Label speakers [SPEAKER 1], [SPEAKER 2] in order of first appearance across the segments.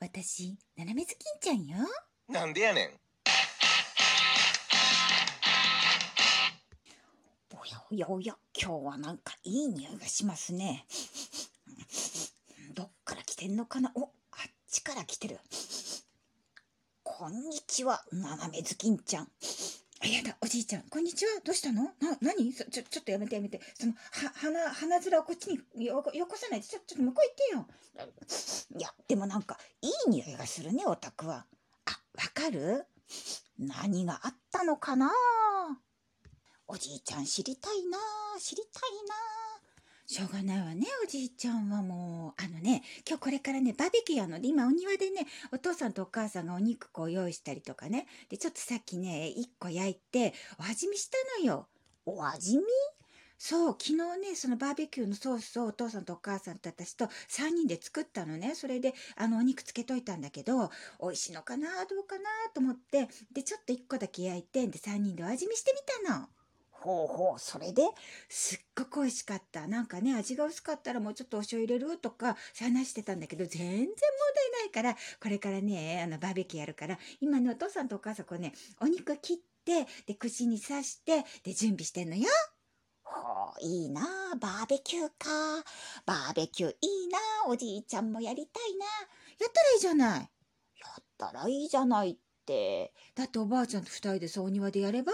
[SPEAKER 1] 私、斜めずきんちゃんよ。
[SPEAKER 2] なんでやねん。
[SPEAKER 1] おやおやおや、今日はなんかいい匂いがしますね。 どっから来てんのかなお、あっちから来てる。こんにちは、斜めずきんちゃん。あやだ、おじいちゃん、こんにちは。どうしたのな、なにそちょ、ちょっとやめてやめて。その、は、鼻、鼻面をこっちによこよこさないで、ちょ、ちょっと向こう行ってよ。いや、でもなんか、いい匂いがするね、オタクは。あ、わかる何があったのかなおじいちゃん知りたいなあ知りたいなあしょうがないわねおじいちゃんはもうあのね今日これからねバーベキューやので今お庭でねお父さんとお母さんがお肉こう用意したりとかねでちょっとさっきね1個焼いてお味見したのよお味見そう昨日ねそのバーベキューのソースをお父さんとお母さんと私と3人で作ったのねそれであのお肉つけといたんだけど美味しいのかなどうかなと思ってでちょっと1個だけ焼いてで3人でお味見してみたの。ほうほう、それですっごく美味しかった。なんかね、味が薄かったらもうちょっとお醤油入れるとか、話してたんだけど、全然問題ないから、これからね、あの、バーベキューやるから、今ね、お父さんとお母さんこうね、お肉切って、で、口に刺して、で、準備してんのよ。ほう、いいなあバーベキューか。バーベキューいいなあおじいちゃんもやりたいなやったらいいじゃない。やったらいいじゃないって。だっておばあちゃんと二人でそうお庭でやれば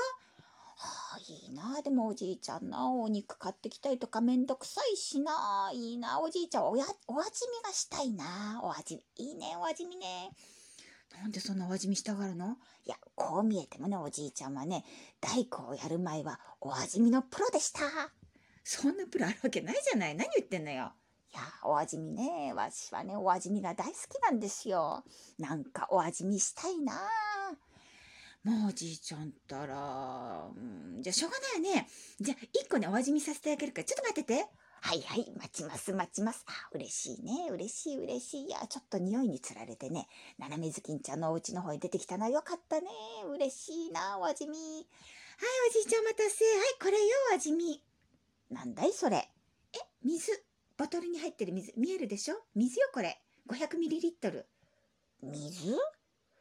[SPEAKER 1] はあ、いいなあでもおじいちゃんなお肉買ってきたりとかめんどくさいしないいなおじいちゃんおやお味見がしたいなお味いいねお味見ねなんでそんなお味見したがるのいやこう見えてもねおじいちゃんはね大工をやる前はお味見のプロでしたそんなプロあるわけないじゃない何言ってんのよいやお味見ねわしはねお味見が大好きなんですよなんかお味見したいなもうおじいちゃんったら、うん、じゃあしょうがないよね。じゃあ一個ね、お味見させてあげるから、ちょっと待ってて。はいはい、待ちます待ちます。あ、嬉しいね、嬉しい嬉しい。いや、ちょっと匂いにつられてね、斜めずきんちゃんのお家の方に出てきたな。よかったね。嬉しいな、お味見。はい、おじいちゃんお待たせ。はい、これよ、お味見。なんだいそれ。え、水。ボトルに入ってる水。見えるでしょ水よ、これ。500ミリリットル。水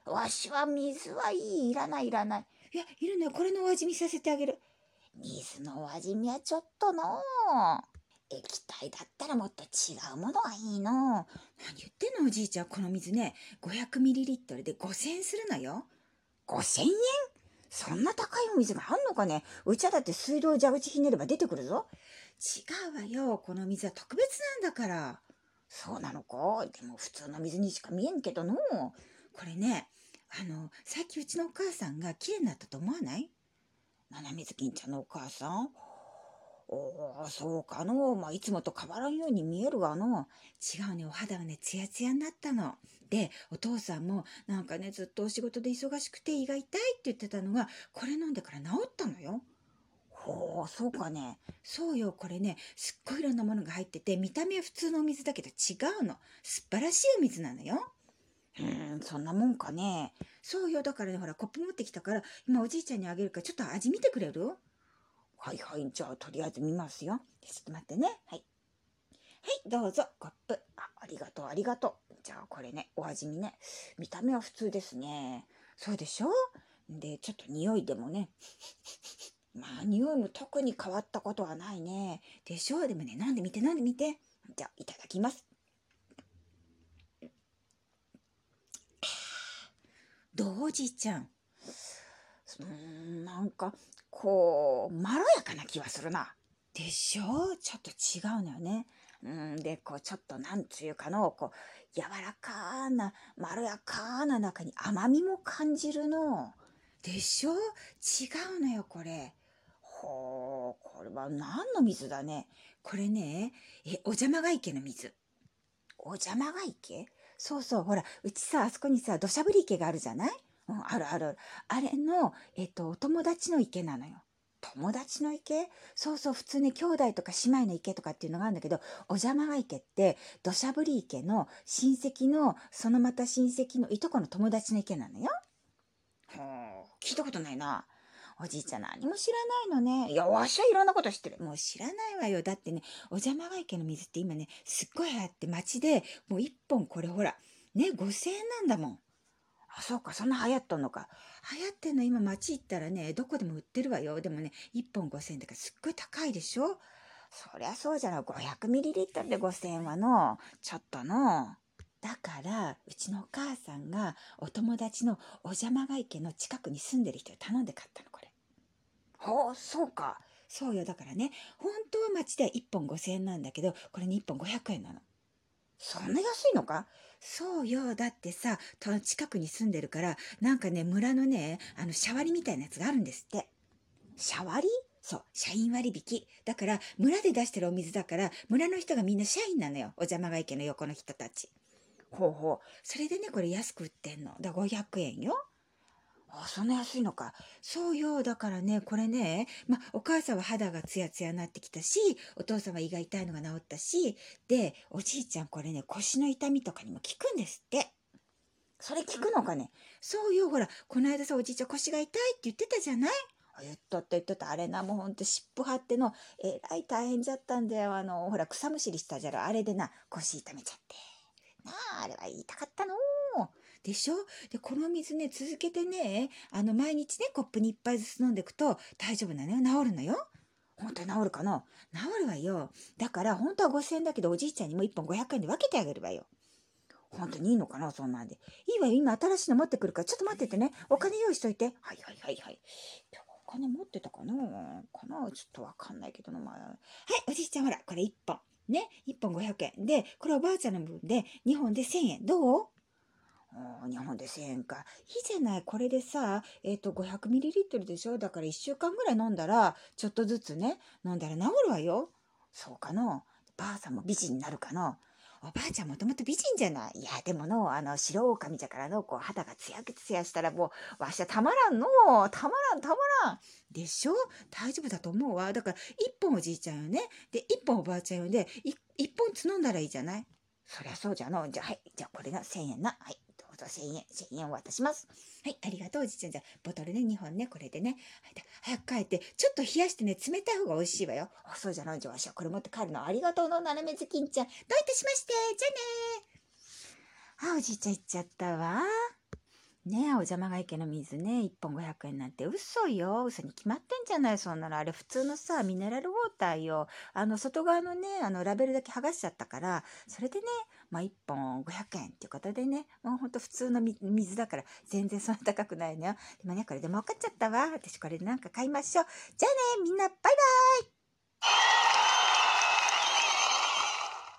[SPEAKER 1] わしは水はいい、いらない、いらない。いや、いるのよ。これのお味見させてあげる。水のお味見はちょっとのう。液体だったらもっと違うものがいいのう。何言ってんのおじいちゃん。この水ね、500ミリリットルで5000円するのよ。5000円そんな高いお水があんのかねうちはだって水道蛇口ひねれば出てくるぞ。違うわよ。この水は特別なんだから。そうなのかでも普通の水にしか見えんけどのう。これね、あの、さっきうちのお母さんが綺麗になったと思わないまなみずきんちゃんのお母さんおお、そうかの。まあ、いつもと変わらんように見えるがの。違うね、お肌がね、ツヤツヤになったの。で、お父さんも、なんかね、ずっとお仕事で忙しくて胃が痛いって言ってたのが、これ飲んでから治ったのよ。ほう、そうかね。そうよ、これね、すっごいいろんなものが入ってて、見た目は普通のお水だけど違うの。素晴らしいお水なのよ。うーん、そんなもんかね。そうよ。だからね、ほら、コップ持ってきたから、今おじいちゃんにあげるから、ちょっと味見てくれるはいはい。じゃあ、とりあえず見ますよ。ちょっと待ってね。はい。はい、どうぞ、コップ。あ、ありがとう、ありがとう。じゃあ、これね、お味見ね。見た目は普通ですね。そうでしょで、ちょっと匂いでもね。 まあ、匂いも特に変わったことはないね。でしょでもね、飲んでみて、飲んでみて。じゃあ、いただきます。どうおじいちゃんうんなんかこうまろやかな気はするな。でしょちょっと違うのよね。うんでこうちょっとなんつうかのこう柔らかなまろやかな中に甘みも感じるの。でしょ違うのよこれ。ほうこれは何の水だねこれねえお邪魔が池の水。お邪魔が池そうそう、ほら、うちさ、あそこにさ、土砂降り池があるじゃないうん、あるある。あれの、えっ、と、お友達の池なのよ。友達の池そうそう、普通ね、兄弟とか姉妹の池とかっていうのがあるんだけど、お邪魔が池って、土砂降り池の親戚の、そのまた親戚のいとこの友達の池なのよ。ほう、聞いたことないな。おじいちゃん何も知らないのね。いや、わしはいろんなこと知ってる。もう知らないわよ。だってね、お邪魔が池の水って今ね、すっごい流行って街で、もう一本これほら、ね5,000円なんだもんあそうかそんな流行っとんのか流行ってんの今街行ったらねどこでも売ってるわよでもね1本5,000円だからすっごい高いでしょそりゃそうじゃない500ミリリットルで5,000円はのちょっとのだからうちのお母さんがお友達のお邪魔が池の近くに住んでる人に頼んで買ったのこれほうそうかそうよだからね本当は町では1本5,000円なんだけどこれに1本500円なのそんな安いのかそうよだってさと近くに住んでるからなんかね村のねあのシャワリみたいなやつがあるんですってシャワリそう社員割引だから村で出してるお水だから村の人がみんな社員なのよお邪魔が池の横の人たちほうほうそれでねこれ安く売ってんのだから500円よあそんな安いのかそうよだからねこれね、ま、お母さんは肌がツヤツヤになってきたしお父さんは胃が痛いのが治ったしでおじいちゃんこれね腰の痛みとかにも効くんですってそれ効くのかねそうよほらこの間さおじいちゃん腰が痛いって言ってたじゃないあ言っとった言っとったあれなもうほんと湿布貼ってのえらい大変じゃったんだよあのほら草むしりしたじゃろあれでな腰痛めちゃってなああれは痛かったのでしょでこの水ね続けてねあの毎日ねコップに1杯ずつ飲んでいくと大丈夫なのよ治るのよ本当に治るかな治るわよだから本当は5,000円だけどおじいちゃんにも1本500円で分けてあげるわよ本当にいいのかなそんなんでいいわよ今新しいの持ってくるからちょっと待っててねお金用意しといてはいはいはいはい今日お金持ってたかなかなちょっと分かんないけどな、まあ、はいおじいちゃんほらこれ1本ね1本500円でこれおばあちゃんの分で2本で1,000円どうおー日本で1,000円かいいじゃないこれでさ、えー、と500ミリリットルでしょだから1週間ぐらい飲んだらちょっとずつね飲んだら治るわよそうかのばあさんも美人になるかのおばあちゃんもともと美人じゃないいやでものあの白狼じゃからのこう肌がツヤツヤしたらもうわしゃたまらんのたまらんたまらんでしょ大丈夫だと思うわだから1本おじいちゃんよねで1本おばあちゃんよで 1, 1本つ飲んだらいいじゃないそりゃそうじゃのじゃあはいじゃあこれが1,000円なはいほど1000円、1000円を渡します。はい、ありがとう、おじいちゃん。じゃあ、ボトルね、2本ね、これでね。はい、早く帰って、ちょっと冷やしてね、冷たい方が美味しいわよ。あ、そうじゃないじゃあ、わしはこれ持って帰るの。ありがとうの、斜めずきんちゃん。どういたしまして。じゃあねあ、おじいちゃん行っちゃったわ。ねえ、お邪魔が池の水ね、1本500円なんて嘘よ。嘘に決まってんじゃない、そんなの。あれ普通のさ、ミネラルウォーターよ。あの、外側のね、あの、ラベルだけ剥がしちゃったから、それでね、まあ、1本500円っていうことでね、もうほんと普通の水だから、全然そんな高くないのよ。でもね、これで儲かっちゃったわ。私これでなんか買いましょう。じゃあね、みんな、バイバイ